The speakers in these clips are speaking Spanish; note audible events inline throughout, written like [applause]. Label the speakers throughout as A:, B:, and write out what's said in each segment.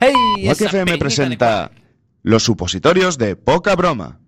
A: ¡Ey!
B: Quack
A: esa
B: FM
A: penita
B: presenta los supositorios de poca broma.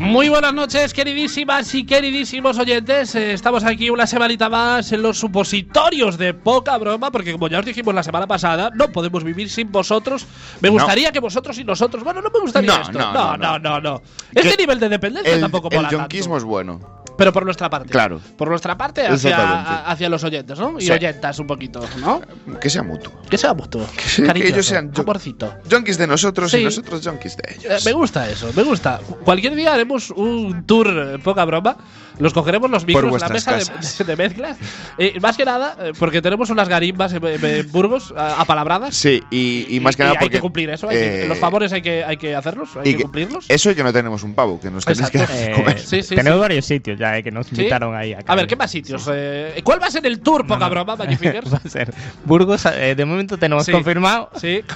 A: Muy buenas noches, queridísimas y queridísimos oyentes. Eh, estamos aquí una semanita más en los supositorios de poca broma, porque como ya os dijimos la semana pasada, no podemos vivir sin vosotros. Me gustaría que vosotros y nosotros. Bueno, no me gustaría
B: No,
A: esto.
B: no,
A: no,
B: no,
A: no, no, no.
B: Yo-
A: Este nivel de dependencia
B: El,
A: tampoco
B: el
A: mola
B: yonquismo
A: tanto.
B: es bueno.
A: Pero por nuestra parte.
B: Claro.
A: Por nuestra parte, hacia,
B: Exactamente.
A: a- hacia los oyentes, ¿no? Y
B: Sí.
A: oyentas un poquito, ¿no?
B: Que sea mutuo.
A: Que seamos todos.
B: se- que ellos sean yo-
A: Amorcito.
B: Yonkis de nosotros
A: Sí.
B: y nosotros yonkis de ellos.
A: Eh, me gusta eso, me gusta. Cualquier día haremos un tour, eh, poca broma. Los cogeremos los micros, la
B: vuestras
A: mesa
B: casas.
A: de, de mezclas. Eh, más que nada, eh, porque tenemos unas garimbas en, en- en Burgos a- apalabradas.
B: Sí, y, y más que
A: Y
B: nada
A: hay
B: porque.
A: que cumplir eso. hay que-
B: eh,
A: los favores hay que, hay que hacerlos, hay
B: y
A: que,
B: que-
A: cumplirlos.
B: Eso y que no tenemos un pavo, que nos tenéis que
A: Exacto.
B: hacer
A: Eh,
B: comer.
A: sí, sí,
C: Tenemos
A: sí.
C: varios sitios ya eh, que nos
A: Sí.
C: invitaron ahí.
A: A ver,
C: Cádiz.
A: ¿qué más sitios? Eh, ¿Cuál va a ser el tour, poca broma,
B: [laughs]
A: Magnificers?
C: [laughs] Va a ser Burgos, eh, de momento tenemos
A: Sí.
C: confirmado.
A: sí.
B: [laughs]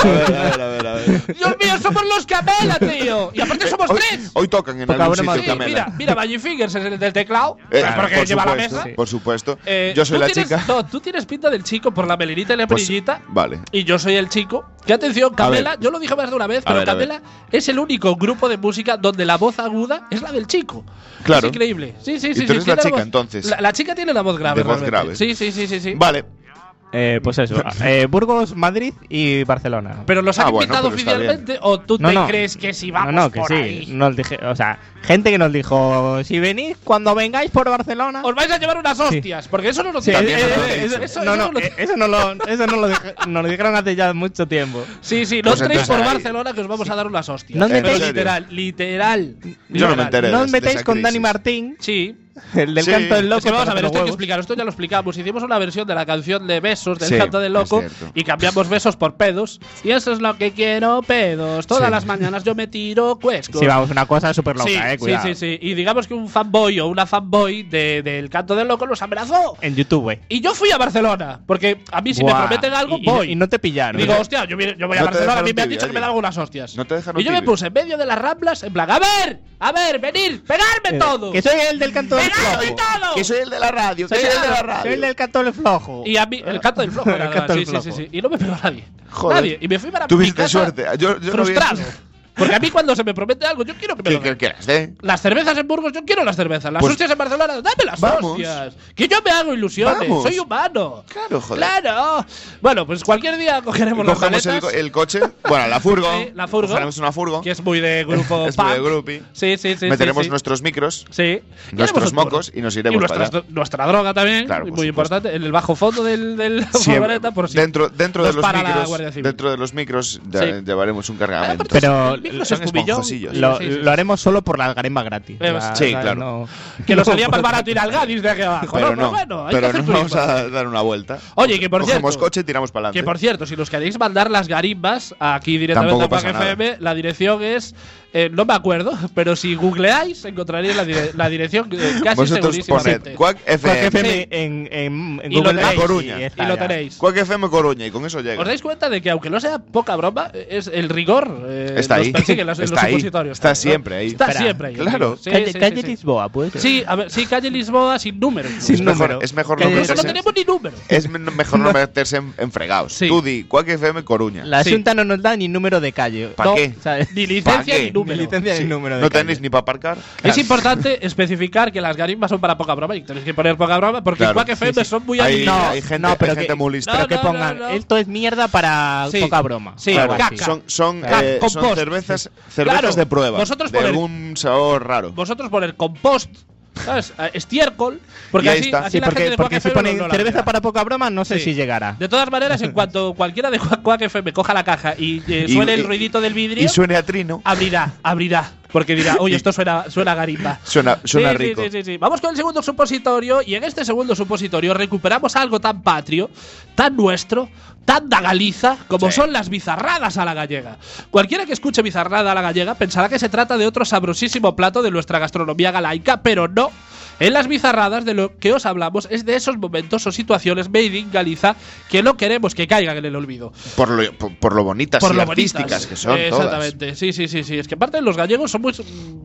B: A ver, a ver, a ver. a ver.
A: ¡Dios mío, somos los Camela, tío! ¡Y aparte somos
B: hoy,
A: tres!
B: hoy tocan en
C: Poca
B: algún
C: broma,
B: sitio
A: Sí,
B: Camela.
A: mira, mira, Magnificers es el del teclado. Pues
B: Eh,
C: Claro,
A: porque
B: por
A: lleva la
B: supuesto,
A: mesa.
B: Por supuesto.
A: Eh,
B: Yo soy
A: tú
B: la
A: tienes-
B: chica.
A: No, tú tienes pinta del chico por la melinita y la
B: Pues-
A: brillita.
B: Vale.
A: Y yo soy el chico. Que atención, Camela,
B: ver.
A: yo lo dije más de una vez,
B: A
A: pero
B: ver, a ver.
A: Camela es el único grupo de música donde la voz aguda es la del chico.
B: Claro.
A: Es increíble. Sí, sí,
B: Y
A: sí.
B: tú
A: sí,
B: eres
A: tiene
B: la chica,
A: voz-
B: entonces.
A: La, la chica tiene la voz grave.
B: De voz
A: realmente.
B: grave.
A: Sí, sí, sí, sí. sí.
B: Vale.
C: Eh, pues eso, eh, Burgos, Madrid y Barcelona.
A: Pero los
B: Ah,
A: han
B: bueno,
A: invitado
B: pero está
A: oficialmente o tú
C: No,
A: te
C: no.
A: crees que si vamos
C: no, no, que
A: por
C: sí.
A: ahí.
C: Nos dije, o sea, gente que nos dijo, si venís, cuando vengáis por Barcelona.
A: Os vais a llevar unas hostias, porque eso no lo
C: Sí,
B: También
C: eh,
B: nos lo
C: eh,
B: han
C: eso-
B: dicho.
A: eso-
C: no,
A: eso
C: no,
A: no lo-
C: eh, eso no lo, eso no lo dije- nos lo dijeron hace ya mucho tiempo.
A: Sí, sí, no
B: Pues
A: entréis por
B: entonces ahí-
A: Barcelona que os vamos a dar unas hostias.
C: eh, No
A: Pero
C: metéis-
A: literal, literal.
B: Eh, Yo no me
A: literal.
B: enteré. de
C: no os
B: esa- de
C: metáis
B: esa
C: con
B: crisis.
C: Dani Martín,
A: Sí,
C: el del
B: Sí.
C: canto del loco.
A: Es
B: Es
A: que vamos a ver, esto
C: tocando
A: hay que
C: huevos.
A: explicar, esto ya lo explicamos. Hicimos una versión de la canción de besos del
B: Sí,
A: canto del loco
B: es cierto.
A: y cambiamos besos por pedos. Y eso es lo que quiero, pedos. Todas
C: Sí.
A: las mañanas yo me tiro cuesco.
C: Sí, vamos, una cosa súper loca,
A: Sí,
C: eh,
A: sí,
C: cuidado.
A: sí, sí. Y digamos que un fanboy o una fanboy de- del canto del loco los amenazó.
C: En YouTube, güey.
A: Y yo fui a Barcelona, porque a mí si me
C: Buah,
A: prometen algo,
C: y- y-
A: voy.
C: Y no te pillaron.
A: Digo, hostia, yo, vi- yo voy a
B: No
A: Barcelona,
B: te
A: a mí
B: dejaron
A: me han
B: tibio,
A: dicho que me
B: oye.
A: dan algunas hostias.
B: No te dejaron
A: y yo me
B: tibio.
A: puse en medio de las ramblas, en plan, a ver, a ver, venir, pegarme todo.
C: Eh, Que soy el del canto del
A: ¡Pegadme
C: flojo.
A: todo!
B: Que soy el de la radio. Que
A: Soy
B: soy el de
A: el-
B: la
C: Soy el
B: radio.
C: del canto del
B: Oh.
C: flojo.
A: Y a mí, el canto del flojo.
B: [laughs]
C: El
A: era,
C: canto del
A: sí, sí,
C: flojo.
A: sí, sí. Y no me pegó nadie.
B: Joder.
A: Nadie. Y me fui para mi
B: Tuviste
A: casa
B: suerte. Ah, Yo, yo no vi eso.
A: frustrado. Porque a mí cuando se me promete algo, yo quiero que me
B: ¿Qué
A: lo
B: qué
A: den.
B: quieres, eh?
A: Las cervezas en Burgos, yo quiero las cervezas. Las
B: Pues-
A: hostias en Barcelona, dame las
B: Vamos.
A: hostias. Que yo me hago ilusiones,
B: Vamos.
A: soy humano.
B: Claro, joder.
A: Claro. Bueno, pues cualquier día cogeremos las
B: Cogemos el,
A: maletas,
B: co- el coche. Bueno, la furgo.
A: [laughs] Sí, la furgo.
B: Cogeremos una furgo.
A: que es muy de grupo
B: [laughs] Es muy de
A: punk.
B: grupi.
A: Sí, sí, sí.
B: Meteremos
A: sí, sí. [laughs]
B: nuestros micros.
A: Sí. Y haremos
B: Nuestros
A: un tour.
B: mocos y nos
A: Y
B: iremos para
A: nuestra,
B: allá.
A: nuestra droga también,
B: Claro, por
A: muy
B: supuesto.
A: importante, en el bajo fondo del, del [laughs]
B: Siempre.
A: furgoneta, por si
B: dentro dentro de
A: nos
B: los
A: para la Guardia
B: micros
A: Civil.
B: dentro de los micros ya-
A: Sí.
B: llevaremos un
A: aparte
B: cargamento
A: [laughs]
C: Pero
A: son micros
B: son
A: escubillón.
B: esponjosillos.
C: Lo,
A: Sí, sí, sí.
C: lo haremos solo por la garimba gratis.
A: Eh,
C: La-
B: sí,
C: la-
B: claro.
C: no-
A: [laughs] Que
C: no
A: nos salía
C: por-
A: más
C: [laughs]
A: barato ir al Gadis de aquí abajo. no,
B: pero
A: Pues
B: no,
A: bueno, hay que
B: pero
A: hacer
B: nos
A: turismo.
B: vamos a dar una vuelta
A: Oye, que por
B: cogemos
A: cierto-
B: coche y tiramos para
A: Que
B: adelante
A: por cierto, si nos queréis mandar las garimbas aquí directamente
B: Tampoco
A: a Pack
B: pasa nada.
A: FM, la dirección es. eh, no me acuerdo, pero si googleáis encontraréis la, dire- la dirección eh, casi
B: vosotros
A: segurísimamente.
B: poned Quack
C: Cuac
B: FM
C: FM en, en, en
A: Y lo
C: Google
A: tenéis.
C: Maps
B: Coruña.
C: y
A: y
C: está
A: lo
C: ya.
A: tenéis.
B: Quack FM Coruña y con eso llega
A: ¿Os dais cuenta de que, aunque no sea poca broma, eh, es el rigor eh,
B: Está
A: nos
B: ahí.
A: persigue en los, en los
B: Está ahí.
A: supositorios?
B: Está
A: ¿no?
B: siempre ahí.
A: Está
C: Espera.
A: siempre ahí.
B: Claro.
A: Sí,
C: calle
A: sí, sí,
C: calle
A: sí.
C: Lisboa, pues.
A: Sí, a ver, sí, calle Lisboa sin números.
C: Sin
B: es mejor,
C: número.
B: es mejor
C: Que
B: no
C: de-
A: Eso no
B: meterse,
A: tenemos ni número.
B: es men-
A: [laughs]
B: mejor no meterse en, en fregados
A: Sí.
B: tú di Quack FM Coruña
C: La
A: Sí.
C: Junta no nos da ni número de calle.
B: ¿Pa
C: No,
B: qué?
C: o sea,
A: Ni licencia
B: qué?
A: ni número.
C: Ni licencia
B: Sí.
C: ni número de
B: no
C: calle.
B: tenéis ni para aparcar
A: Es importante especificar que las garimbas son para poca broma y tenéis que poner poca broma porque
B: Claro.
A: Quack FM son muy
B: hay,
A: adivinados.
B: hay gente,
C: no, pero
B: hay
C: que-
B: gente muy lista
A: No,
C: Pero que
A: no,
C: pongan,
A: no, no.
C: esto es mierda para
A: Sí.
C: poca broma.
A: Sí,
C: Algo así.
A: caca.
B: son son,
A: Claro.
B: eh, son
A: Compost.
B: cervezas cervezas
A: Claro.
B: de prueba
A: Vosotros
B: de
A: poned-
B: algún sabor raro
A: Vosotros poner compost, ¿sabes? Eh, Estiércol, porque
B: Y ahí
A: así,
B: está.
A: así
C: Sí,
A: la gente
C: porque,
A: de
C: porque
A: Quack
C: si
A: FM
C: ponen
A: no la
C: cerveza
A: mira.
C: para poca broma, no sé
A: Sí.
C: si llegará.
A: De todas maneras, en
C: [laughs]
A: cuanto cualquiera de Quack FM coja la caja y eh,
B: Y-
A: suene
B: y-
A: el ruidito del vidrio,
B: y suene a
A: Ah.
B: trino
A: abrirá, abrirá. Porque dirá, oye, esto suena, suena a garimba.
B: [laughs] suena suena
A: sí, sí,
B: rico
A: Sí, sí, sí. Vamos con el segundo supositorio y en este segundo supositorio recuperamos algo tan patrio, tan nuestro, tan da Galiza como
B: Sí.
A: son las bizarradas a la gallega. Cualquiera que escuche bizarrada a la gallega pensará que se trata de otro sabrosísimo plato de nuestra gastronomía galaica, pero no. En las bizarradas de lo que os hablamos es de esos momentos o situaciones made in Galiza que no queremos que caigan en el olvido
B: Por lo, por, por lo bonitas y
A: bonitas.
B: artísticas que son todas.
A: Exactamente, sí, sí, sí, sí. Es que aparte los gallegos son muy, mucho,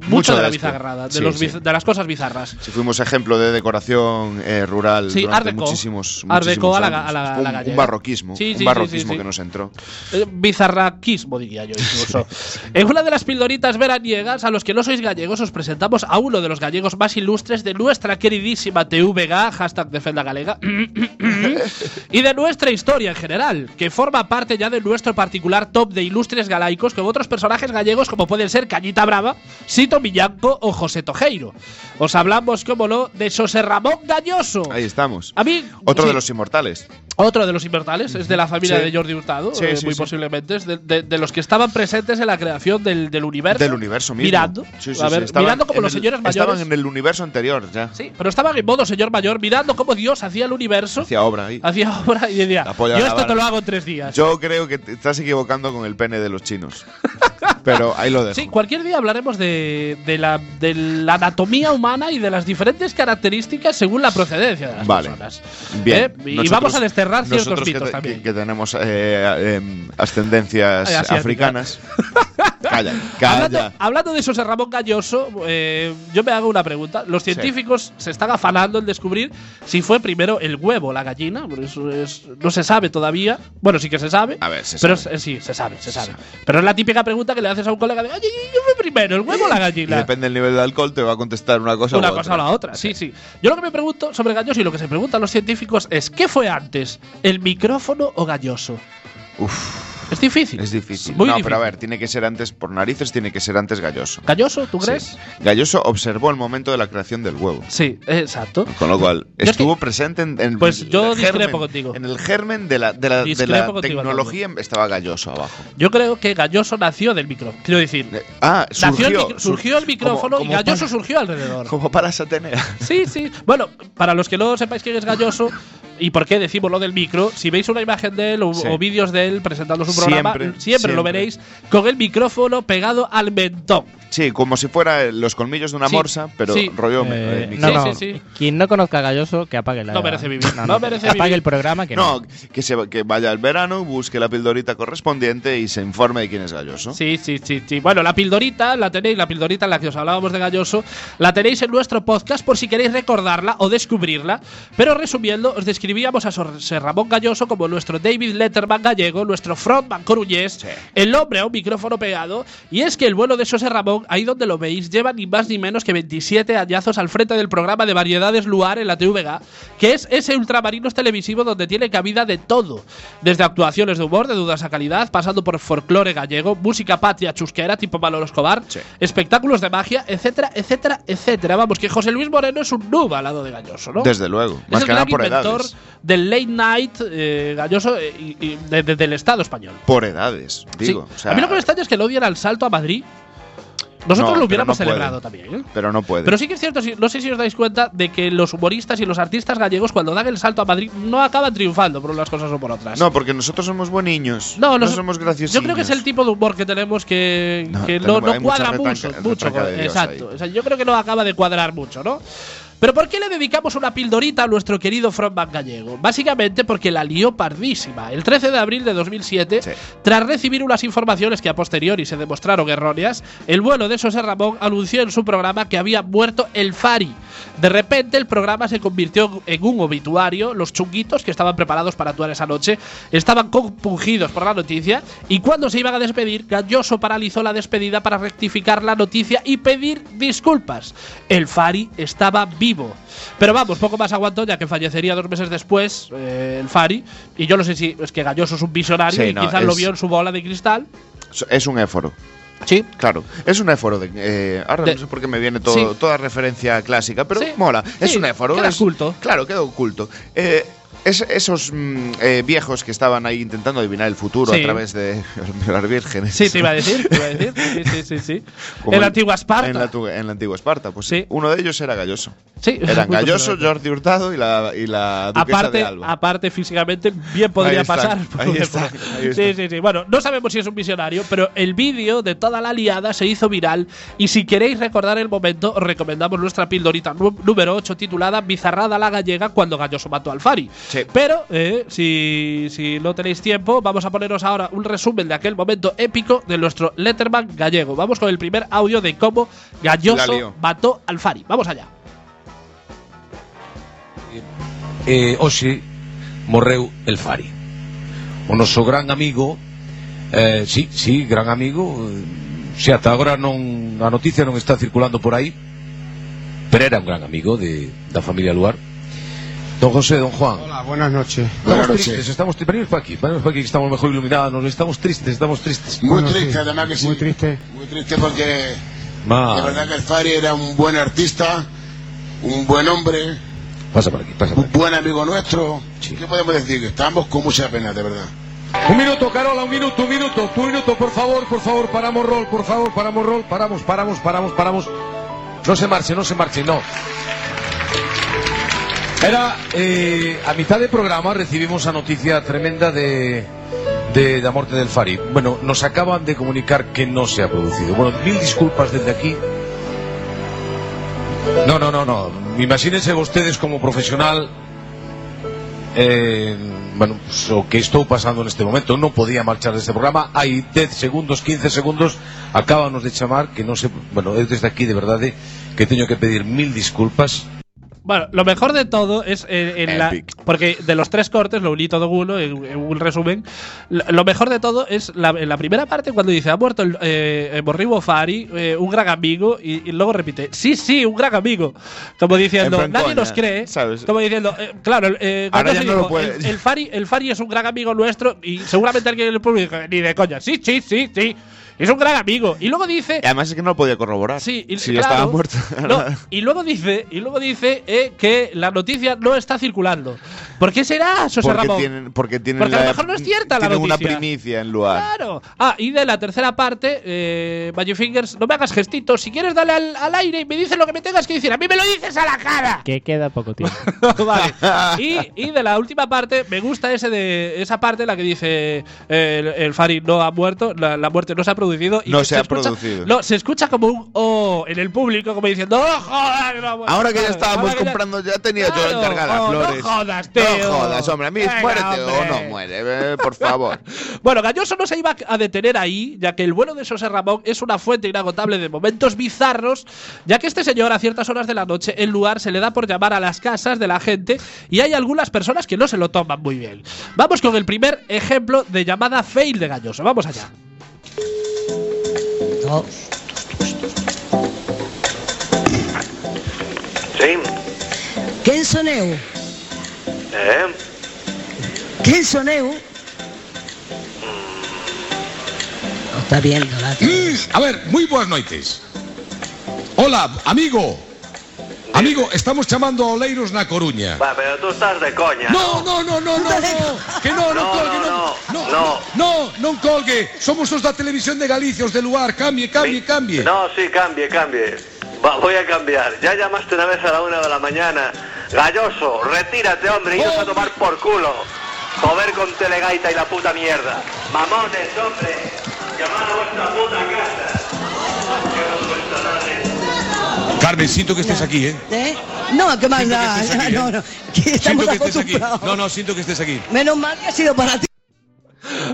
B: Mucho
A: de,
B: de
A: la
B: esto.
A: bizarrada, de,
B: Sí,
A: los
B: sí.
A: biz- de las cosas bizarras.
B: Si fuimos ejemplo de decoración eh, rural
A: Sí,
B: durante
A: Art Deco.
B: muchísimos,
A: Art
B: muchísimos
A: Deco a la-
B: años.
A: a la- a la
B: un, un
A: gallega.
B: barroquismo,
A: Sí, sí, sí,
B: un barroquismo
A: sí, sí.
B: que nos entró.
A: Eh, bizarraquismo, diría yo
B: [laughs]
A: incluso. en una de las pildoritas veraniegas, a los que no sois gallegos, os presentamos a uno de los gallegos más ilustres de nuestra queridísima TVG, hashtag Defenda
B: [laughs]
A: Galega, y de nuestra historia en general, que forma parte ya de nuestro particular top de ilustres galaicos con otros personajes gallegos como pueden ser Cañita Brava, Sito Villanco o José Tojeiro. Os hablamos, como no, de José Ramón Gañoso.
B: Ahí estamos.
A: A mí,
B: Otro
A: Ah. sí.
B: de los inmortales.
A: Otro de los inmortales, es de la familia
B: Sí.
A: de Jordi Hurtado,
B: Sí,
A: eh,
B: sí,
A: muy
B: sí.
A: posiblemente, es de, de- de los que estaban presentes en la creación del, del universo.
B: Del universo mismo.
A: Mirando,
B: Sí, sí,
A: a
B: sí,
A: ver,
B: estaban
A: mirando como
B: en
A: los
B: el-
A: señores mayores.
B: Estaban en el universo anterior ya.
A: Sí, pero estaban en modo señor mayor, mirando cómo Dios hacía el universo,
B: Hacía obra ahí.
A: hacía obra y decía,
B: La
A: yo
B: polla
A: esto
B: lavar".
A: te lo hago en tres días.
B: Yo creo que te estás equivocando con el pene de los chinos. [laughs] Pero ahí lo dejo.
A: Sí, cualquier día hablaremos de, de la, de la anatomía humana y de las diferentes características según la procedencia de las
B: Vale.
A: personas.
B: Bien.
A: ¿Eh? Y
B: Nosotros-
A: vamos a desterrar ciertos
B: nosotros que
A: mitos
B: te-
A: también.
B: Que, que tenemos eh, eh, ascendencias
A: Ay, asiática. [laughs]
B: africanas. calla,
A: Hablando,
B: calla.
A: hablando de José Ramón Galloso, eh, yo me hago una pregunta. Los
B: Sí.
A: científicos se están afanando en descubrir si fue primero el huevo o la gallina. porque Eso es- no se sabe todavía. Bueno, sí que se sabe.
B: A ver, Ah, se
A: pero
B: sabe.
A: es- eh, sí, se sabe, se sabe. Pero es la típica pregunta que le haces a un colega de, oye, ¿qué fue primero, el huevo o la
B: Y
A: gallina?
B: depende del nivel de alcohol, te va a contestar una cosa
A: una
B: u
A: cosa o la otra. Sí, sí. Yo lo que me pregunto sobre Galloso y lo que se preguntan los científicos es, ¿qué fue antes, el micrófono o Galloso?
B: Uf,
A: Es difícil.
B: es difícil.
A: Muy
B: no,
A: difícil.
B: pero a ver, tiene que ser antes, por narices, tiene que ser antes galloso.
A: ¿Galloso, tú crees?
B: Sí. Galloso observó el momento de la creación del huevo.
A: Sí, exacto.
B: Con lo cual,
A: es que-
B: estuvo presente en, en
A: Pues
B: el
A: yo
B: germen-
A: discrepo contigo.
B: En el germen de la, de la, de
A: Discrepo
B: la
A: contigo,
B: tecnología estaba galloso abajo.
A: Yo creo que Galloso nació del micrófono. Quiero decir,
B: Eh, Ah,
A: nació
B: surgió,
A: el micro- surgió el,
B: sur-
A: micrófono
B: como-
A: y
B: como
A: Galloso
B: para-
A: surgió alrededor.
B: Como para Satenea.
A: Sí, sí. Bueno, para los que no sepáis quién es Galloso y por qué decimos lo del micro, si veis una imagen de él o,
B: Sí.
A: o vídeos de él presentando su programa,
B: Siempre,
A: siempre, lo
B: siempre.
A: veréis con el micrófono pegado al mentón.
B: Sí, como si fuera eh, los colmillos de una
A: Sí,
B: morsa, pero
A: sí.
B: rollo.
C: Eh,
B: eh,
C: no,
B: micro-
C: no.
A: Sí, sí, sí.
C: Quien no conozca a Galloso, que apague la.
A: No merece vivir. No merece
C: que apague
A: vivir.
C: el programa, que no.
B: No, que, se, va- que vaya al verano, busque la pildorita correspondiente y se informe de quién es galloso.
A: Sí, sí, sí, sí. Bueno, la pildorita, la tenéis, la pildorita en la que os hablábamos de Galloso, la tenéis en nuestro podcast por si queréis recordarla o descubrirla. Pero resumiendo, os describíamos a José Ramón Galloso como nuestro David Letterman gallego, nuestro frontman coruñés, el hombre a un micrófono pegado. Y es que el vuelo de José Ramón, ahí donde lo veis, lleva ni más ni menos que 27 añazos al frente del programa de variedades Luar en la TVG, que es ese ultramarinos televisivo donde tiene cabida de todo. Desde actuaciones de humor de dudosa calidad, pasando por folclore gallego, música patria chusquera tipo Manolo Escobar,
B: Sí.
A: espectáculos de magia, etcétera, etcétera, etcétera. Vamos, que José Luis Moreno es un nub al lado de Galloso, ¿no?
B: Desde luego.
A: es
B: Más
A: el
B: que nada
A: gran
B: por
A: inventor
B: edades.
A: del late night eh, galloso eh, y- y de- de- del Estado español.
B: Por edades, digo.
A: Sí.
B: o sea,
A: a mí lo que me extraña es que lo dieran el salto a Madrid. Nosotros
B: No,
A: lo
B: pero
A: hubiéramos
B: no puede.
A: celebrado también. ¿eh?
B: Pero no puede.
A: Pero sí que es cierto, si- no sé si os dais cuenta de que los humoristas y los artistas gallegos cuando dan el salto a Madrid no acaban triunfando por unas cosas o por otras.
B: No, porque nosotros somos bueniños.
A: No,
B: No,
A: nos-
B: somos graciosos.
A: Yo creo que es el tipo de humor que tenemos que que no,
B: No,
A: no
B: tenemos- hay mucha
A: cuadra
B: retranca-
A: mucho.
B: retranca
A: mucho
B: de
A: con-
B: Dios
A: exacto.
B: ahí.
A: O sea, yo creo que no acaba de cuadrar mucho, ¿no? Pero ¿por qué le dedicamos una pildorita a nuestro querido frontman gallego? Básicamente porque la lió pardísima. El 13 de abril de 2007,
B: Sí.
A: tras recibir unas informaciones que a posteriori se demostraron erróneas, el vuelo de José Ramón anunció en su programa que había muerto el Fari. De repente el programa se convirtió en un obituario, los chunguitos que estaban preparados para actuar esa noche estaban compungidos por la noticia y cuando se iban a despedir, Galloso paralizó la despedida para rectificar la noticia y pedir disculpas. El Fari estaba vivo. Pero vamos, poco más aguantó ya que fallecería dos meses después eh, el Fari y yo no sé si es que Galloso es un visionario
B: Sí,
A: y
B: no,
A: quizás lo
B: es-
A: vio en su bola de cristal.
B: So- Es un éforo.
A: Sí,
B: Claro, es un éforo. De, eh, ahora
A: De-
B: no sé por qué me viene todo-
A: Sí.
B: toda referencia clásica, pero
A: Sí.
B: mola. Es
A: Sí,
B: un éforo.
A: queda
B: es-
A: oculto.
B: Claro, queda oculto. Eh, es- esos mm, eh, viejos que estaban ahí intentando adivinar el futuro
A: Sí.
B: a través [laughs] de las vírgenes.
A: Sí, te iba a decir, te iba a decir. Sí, sí, sí, sí.
B: [laughs] Como
A: En
B: el-
A: la antigua Esparta.
B: En la, tu- en la antigua Esparta, pues
A: Sí.
B: sí. Uno de ellos
A: [laughs]
B: era Galloso.
A: Sí,
B: Eran
A: justo
B: Galloso,
A: te lo-
B: Jordi Hurtado y la, y la duquesa
A: Aparte,
B: de Alba.
A: aparte, físicamente, bien podría
B: Ahí está,
A: pasar. [laughs]
B: ahí
A: por una
B: está,
A: época.
B: ahí está.
A: Sí, sí, sí. Bueno, no sabemos si es un visionario, pero el vídeo de toda la liada se hizo viral. Y si queréis recordar el momento, os recomendamos nuestra pildorita nu- número 8 titulada Bizarrada la gallega cuando Galloso mató al Fari.
B: Sí.
A: Pero, eh, si, si no tenéis tiempo, vamos a poneros ahora un resumen de aquel momento épico de nuestro Letterman gallego. Vamos con el primer audio de cómo
B: La
A: Galloso
B: lió.
A: mató al Fari. Vamos allá.
D: e hoxe morreu el Fari. O noso gran amigo, eh, sí, sí, gran amigo, eh, se ata agora non a noticia non está circulando por aí, pero era un gran amigo de, da familia Luar. Don José, don Juan.
E: Hola, buenas noches.
D: Estamos
F: Buenas noches.
D: tristes, estamos tristes. Venimos para aquí, venimos para aquí, que estamos mejor iluminados, nos- estamos tristes, estamos tristes.
F: Muy
E: Bueno,
F: triste,
E: sí,
F: además que sí.
E: muy triste.
F: Muy triste porque
D: Ma,
F: la verdad que el Fari era un buen artista, un buen hombre,
D: pasa por aquí, pasa por
F: un
D: aquí.
F: buen amigo nuestro.
D: Sí.
F: ¿Qué podemos decir? Que Estábamos con mucha pena, de verdad.
D: Un minuto, Carola, un minuto, un minuto, un minuto, por favor, por favor, paramos rol, por favor, paramos rol, paramos, paramos, paramos, paramos. No se marche, no se marche, no. Era eh, a mitad de programa recibimos la noticia tremenda de, de la muerte del Fari. Bueno, nos acaban de comunicar que no se ha producido. Bueno, mil disculpas desde aquí. No, no, no, no. Imagínense ustedes como profesional eh, bueno, pues, o que estou pasando neste momento non podía marchar deste programa hai 10 segundos, 15 segundos acábanos de chamar que non se, bueno, eu desde aquí de verdade que teño que pedir mil disculpas
A: Bueno, lo mejor de todo es eh, en la-
B: Epic.
A: porque de los tres cortes lo uní todo en uno, en, en un resumen. la- Lo mejor de todo es la, en la primera parte cuando dice ha muerto el, eh, eh, Morribo Fari, eh, un gran amigo y, y luego repite sí sí un gran amigo, como diciendo
B: plan
A: nadie
B: coña,
A: nos cree,
B: ¿sabes?
A: como diciendo eh, claro el- eh,
B: Ahora
A: Galloso
B: ya no lo
A: dijo,
B: puede-
A: el, el Fari el Fari es un gran amigo nuestro y seguramente alguien en el público dijo, ni de coña sí sí sí sí es un gran amigo y luego dice
B: Y además es que no lo podía corroborar.
A: Sí, y,
B: si
A: claro,
B: estaba muerto. [laughs]
A: no, y luego dice, y luego dice eh, que la noticia no está circulando. ¿Por qué será, José
B: porque,
A: Ramón?
B: tienen, porque tienen
A: Porque a lo
B: la-
A: mejor no es cierta la
B: tienen una
A: noticia.
B: primicia en lugar.
A: Claro. Ah, y de la tercera parte, eh, Magic Fingers, no me hagas gestitos. Si quieres, dale al, al aire y me dices lo que me tengas que decir. A mí me lo dices a la cara.
C: Que queda
A: [laughs]
C: poco tiempo.
A: Vale. Y, y de la última parte, me gusta ese de esa parte en la que dice eh, el, el Fari no ha muerto, la, la muerte no se ha producido. Y
B: No
A: que
B: se ha
A: escucha-
B: producido.
A: No, se escucha como un oh en el público, como diciendo, ¡Oh, joder! no ha muerto".
B: Ahora que ya
A: Claro,
B: estábamos
A: ahora que ya-
B: comprando, ya tenía yo
A: Claro,
B: encargada
A: oh, no
B: flores.
A: jodas, tío.
B: No jodas, hombre. A mí,
A: Venga,
B: muérete o
A: hombre.
B: no muere, eh, por favor.
A: Bueno, Galloso no se iba a detener ahí, ya que el vuelo de José Ramón es una fuente inagotable de momentos bizarros, ya que este señor a ciertas horas de la noche el lugar se le da por llamar a las casas de la gente y hay algunas personas que no se lo toman muy bien. Vamos con el primer ejemplo de llamada fail de Galloso, vamos allá.
G: Sí,
H: Quen son eu?
G: eh,
H: Quen son eu? No está viendo la tele.
I: A ver, muy buenas noches. Hola, amigo. Amigo, estamos llamando a Oleiros na Coruña.
G: va, pero tú estás de coña.
I: No, no, no, no, no, no. Que no, no
G: No,
I: colgue, no.
G: no, no,
I: No, no, non colgue. Somos os da televisión de Galicia, os de lugar. Cambie, cambie,
G: Sí.
I: cambie.
G: No, sí, cambie, cambie. Va, voy a cambiar. Ya llamaste una vez a la una de la mañana. Galloso, retírate, hombre, y vas a
I: Hombre.
G: tomar por culo. Joder con Telegaita y la puta mierda. Mamones, hombre, llamad a vuestra puta casa.
I: Carmen, siento que estés aquí, ¿eh?
H: ¿Eh? No, ¿qué más
I: Siento que
H: da?
I: estés aquí,
H: no,
I: ¿eh?
H: no. que
I: Siento
H: Estamos
I: que estés aquí.
H: acostumbrados.
I: No, no, siento que estés aquí.
H: Menos mal que ha sido para ti.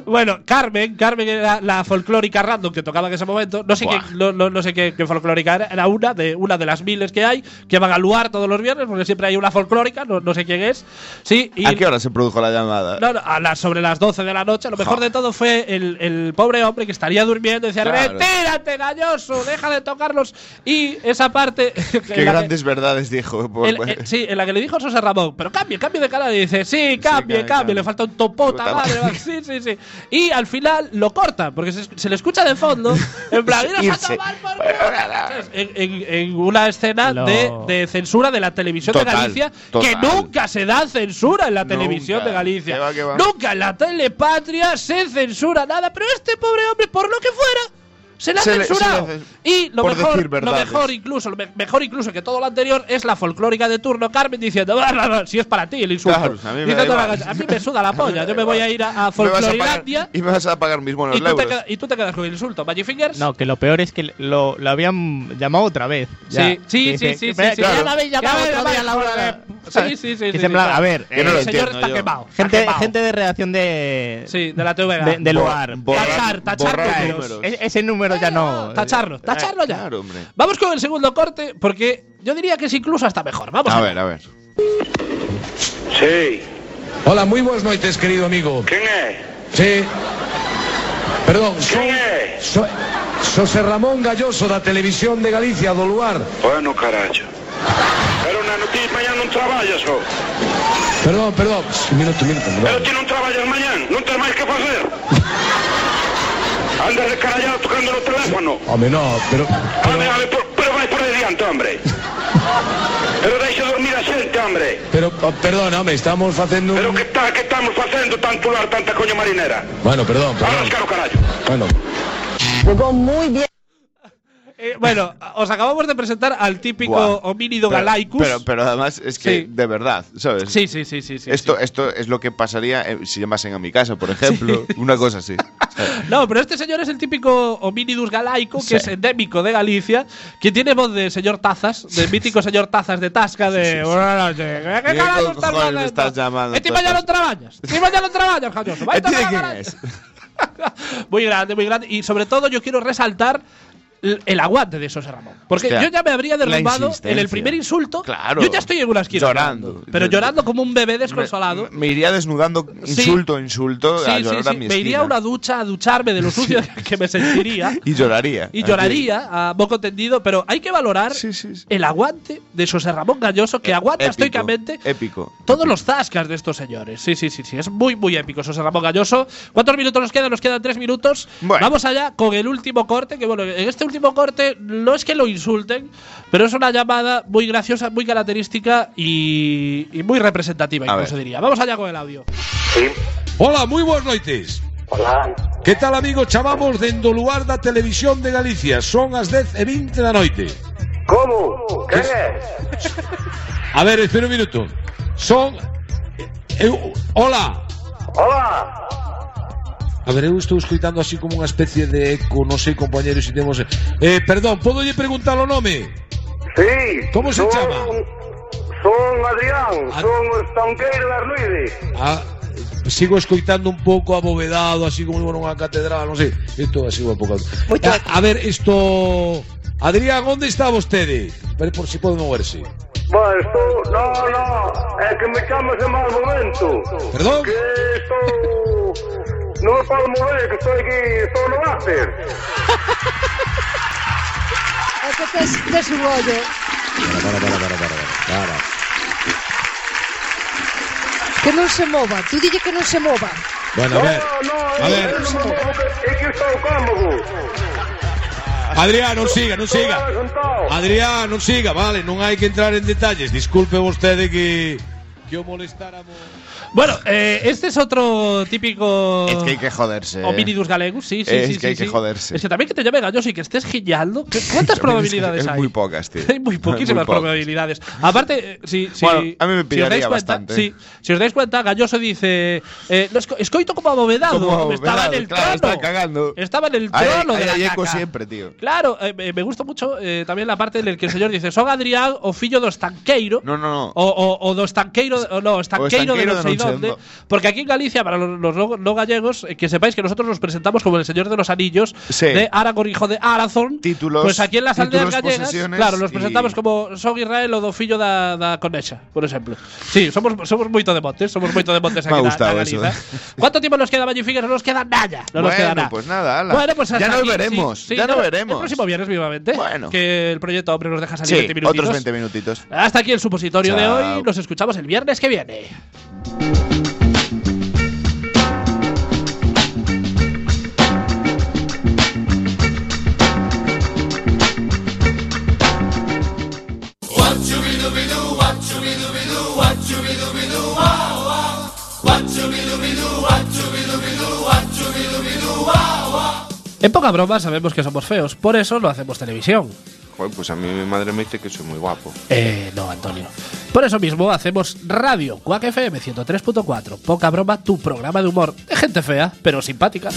A: Bueno, Carmen, Carmen era la folclórica random que tocaba en ese momento. No sé, qué,
B: Buah.
A: no, no- no sé qué, qué folclórica era, era una de, una de las miles que hay, que van a luar todos los viernes, porque siempre hay una folclórica, no, no sé quién es. Sí, [laughs] y
B: ¿A qué hora se produjo la llamada?
A: No, no, a las, sobre las 12 de la noche. Lo mejor
B: Joder.
A: de todo fue el, el pobre hombre que estaría durmiendo y decía:
B: Claro.
A: ¡Retírate, galloso! ¡Deja de tocarlos! Y esa parte. [laughs]
B: Qué
A: en la que-
B: grandes verdades dijo. por-
A: el- el- sí, en la que le dijo José Ramón, pero cambie, cambie de cara. Y dice, sí, cambie,
B: cambie,
A: cambie,
B: cambie.
A: Le falta un topota,
B: Puta
A: madre.
B: madre.
A: Sí, sí, sí. Y al final lo corta, porque se, se le escucha de fondo. En plan,
B: [laughs]
A: "Iros a
B: Irse.
A: tomar por culo". ¿Sabes? en, en- en una escena
C: Lo-
A: de, de censura de la televisión de
B: Total,
A: Galicia,
B: total.
A: que nunca se da censura en la
B: Nunca.
A: televisión de Galicia.
B: Que va, que va.
A: Nunca en la telepatria se censura nada, pero este pobre hombre, por lo que fuera. se le ha
B: Se le-
A: censurado.
B: se le hace-
A: y lo
B: por
A: mejor,
B: decir
A: lo
B: verdades.
A: mejor incluso, lo me- mejor incluso que todo lo anterior es la folclórica de turno Carmen diciendo, [laughs] "Bah, bah, bah", si es para ti el insulto.
B: Claro, a mí me
A: Dice
B: da
A: toda la
B: igual.
A: cosa, a mí me suda la polla, yo me voy a ir a, a
B: [laughs] Me vas a pagar-
A: Folclorilandia
B: y me vas a pagar mis buenos
A: y, tú te
B: euros.
A: queda- y tú te quedas con el insulto. Magic Fingers.
C: No, que lo peor es que lo, lo habían llamado otra vez. ya.
A: Sí, sí,
C: Que
A: sí,
C: dice,
A: sí, sí,
C: "Pero
A: sí,
C: ya
A: claro.
C: la habéis llamado
A: Ya me
C: otra vez a la
A: llamáis,
C: hora de-".
A: Sí, sí, sí.
C: Que
A: sí,
C: se en plan,
A: claro.
C: a ver,
B: Yo no
A: el
B: lo
A: señor
B: entiendo,
A: está
B: yo.
A: quemado. está
C: gente,
A: quemado.
C: gente de redacción de,
A: Sí, de la TV.
C: de- del
B: Bor-
C: lugar.
B: borrar-
A: Tachar, tachar
B: borrar
A: números.
B: números.
C: E- ese número ya no.
A: Tacharlo, tacharlo ya.
B: Claro, hombre.
A: Vamos con el segundo corte, porque yo diría que es incluso hasta mejor. Vamos
B: A ver,
A: [laughs]
B: a ver.
G: Sí.
I: Hola, muy buenas noches, querido amigo.
G: ¿Quién es?
I: Sí. Perdón, soy,
G: ¿Quién es?
I: soy José Ramón Galloso da Televisión de Galicia do Luar.
G: Bueno, carajo. Pero una noticia, mañana no trabajas, ¿o?
I: Perdón, perdón. Un minuto, un minuto. perdón.
G: Pero tú no trabajas mañana, no tienes más que hacer. Andas de carallado tocando el teléfono.
I: Hombre, no, pero.
G: Ande, ande, por- pero vais por delante,
I: [laughs]
G: hombre. Pero deixa dormir a xente, hombre.
I: Pero, oh, perdón, hombre, estamos haciendo.
G: Pero que está, que estamos facendo tanto lar, tanta coña marinera?
I: Bueno, perdón,
G: Ahora
I: perdón.
G: caro carallo.
I: Bueno.
A: allá. Eh, bueno, os acabamos de presentar al típico
B: Buah.
A: homínido
B: Pero-
A: galaicus.
B: Pero, pero además es que,
A: Sí.
B: de verdad, ¿sabes?
A: sí, sí, sí, sí. sí,
B: esto,
A: sí.
B: esto es lo que pasaría eh, si llamasen a mi casa, por ejemplo. Una
A: [laughs]
B: cosa así.
A: No, pero este señor es el típico hominidus galaico, que
C: Sí.
A: es endémico de Galicia, que tiene voz de señor Tazas, del mítico señor Tazas de Tasca, de. Buenas noches, ¿Qué
B: ¿Qué
A: carajo estás
B: cojones
A: hablando?
B: me estás llamando,
A: Este mañana no
B: Tazas?
A: trabajas. Este mañana no trabajas, Jayoso. Vete
B: ¿Este
A: a
B: de
A: la
B: quién
A: garaje.
B: es?
A: [laughs] muy grande, muy grande. Y sobre todo yo quiero resaltar el el aguante de José Ramón. Porque
B: Hostia,
A: yo ya me habría
B: la
A: derrumbado en el
B: insistencia.
A: primer insulto.
B: Claro.
A: Yo ya estoy en una esquina.
B: Llorando.
A: Pero
B: Yo-
A: llorando como un bebé desconsolado.
B: Me, me iría desnudando insulto a insulto
A: Sí,
B: a
A: sí,
B: llorar
A: sí.
B: a mi
A: Me iría a
B: esquina.
A: una ducha a ducharme
B: [laughs]
A: de lo sucio que me sentiría.
B: Y lloraría.
A: Y
B: Así.
A: lloraría a poco tendido, pero hay que valorar
B: Sí, sí, sí.
A: el aguante de José Ramón Galloso, que aguanta
B: Épico,
A: estoicamente
B: Épico.
A: todos los zascas de estos señores. Sí, sí, sí, sí. Es muy, muy épico, José Ramón Galloso. ¿Cuántos minutos nos quedan? Nos quedan tres minutos.
B: Bueno.
A: Vamos allá con el último corte, que bueno, en este último corte no es que lo insulten, pero es una llamada muy graciosa, muy característica y, y muy representativa,
B: A
A: incluso
B: ver.
A: diría. Vamos allá con el audio.
G: Sí.
I: Hola, muy buenas noches.
G: Hola.
I: Que tal, amigos chavamos de Endoluar da Televisión de Galicia? Son as 10 e 20 da noite.
G: Como? Quen é?
I: A ver, espera un minuto. Son... Eu... Hola!
G: Hola.
I: A ver, eu estou escoitando así como unha especie de eco, non sei, compañeros, se temos... Eh, perdón, podo lle preguntar o nome?
G: Sí.
I: Como se
G: son,
I: chama?
G: Son Adrián,
I: Ad-
G: son o estanqueiro das Luides.
I: Ah, sigo escoitando un pouco abovedado, así como en unha catedral, non sei. Isto así un pouco... A, a ver, isto... Adrián, onde está vostede? Ver por si pode moverse.
G: Bueno, estou... No, no, é que me chamas en mal momento.
I: Perdón?
G: Que estou... Non me podo mover, que estou aquí, estou no váter.
H: Es que te, es- te es su rollo.
I: Para, para, para, para, para, para.
H: Que no se mova. Tú dile que no se mova.
G: No,
I: Bueno, a ver...
G: no,
I: A
G: eu-
I: ver.
G: eu non me movo, que- é que estou cómodo.
I: Adrián, non siga, non siga.
G: Estou sentado.
I: Adrián, non siga, vale, non hai que entrar en detalles. Disculpe vostede que que o molestáramos.
A: Bueno, eh, este es otro típico.
B: Es que hay que joderse. eh.
A: Hominidus galegus, sí, sí,
B: Es
A: sí.
B: que
A: sí,
B: hay que
A: sí.
B: joderse.
A: Es que también que te llame galloso y que estés giñando. ¿qué- ¿Cuántas probabilidades
B: [laughs] es
A: hay?
B: muy pocas, tío.
A: [laughs] Hay
B: [laughs]
A: muy poquísimas
B: Muy pocas.
A: probabilidades. Aparte, eh, si, si,
B: Bueno, a mí
A: si os
B: me
A: dais
B: pillaría
A: cuenta,
B: bastante.
A: sí, si os dais cuenta, Galloso dice: eh, no, esco- Escoito como abovedado.
B: Como abovedado,
A: estaba en el
B: claro,
A: trono.
B: estaba cagando.
A: Estaba en el
B: Hay-
A: trono de
B: hay-
A: la
B: hay eco
A: caca.
B: siempre, tío.
A: Claro, eh, me me gusta mucho eh, también la parte en la que el señor dice: Son Adrián o fillo do estanqueiro.
B: No, no, no.
A: O, o, o do estanqueiro, o no, estanqueiro de
B: estanqueiro
A: non
B: de
A: sei
B: non sei
A: onde.
B: onde.
A: Porque aquí en Galicia, para los, los no, no gallegos, eh, que sepáis que nosotros nos presentamos como el Señor de los Anillos
B: Sí.
A: de Aragorn, hijo de Arathorn.
B: Títulos-
A: Pues aquí en las aldeas
B: títulos,
A: gallegas,
B: posesiones
A: claro, nos
B: y-
A: presentamos como son Israel o do fillo da, da Conexa, por exemplo. Sí, somos, somos moito de montes, somos moito de montes
B: [laughs] Me
A: aquí na,
B: ha
A: na
B: gustado eso,
A: Galiza. ¿Cuánto tiempo nos queda, Magic Fingers? No nos queda nada. No nos
B: Bueno,
A: queda nada.
B: pues nada, ala.
A: Bueno, pues
B: Ya
A: hasta
B: nos
A: aquí,
B: veremos,
A: sí, sí,
B: ya nos
A: no-
B: veremos.
A: El próximo viernes, vivamente.
B: Bueno.
A: Que el proyecto Hombre nos deja salir
B: Sí,
A: 20 minutitos.
B: otros 20 minutitos.
A: Hasta aquí el supositorio de
B: Chao.
A: hoy. Nos escuchamos el viernes que viene. En poca broma sabemos que somos feos, por eso no hacemos televisión.
E: Joder, pues a mí mi madre me dice que soy muy guapo.
A: Eh, no, Antonio. Por eso mismo hacemos radio, Quack FM 103.4. Poca broma, tu programa de humor. De gente fea, pero simpática.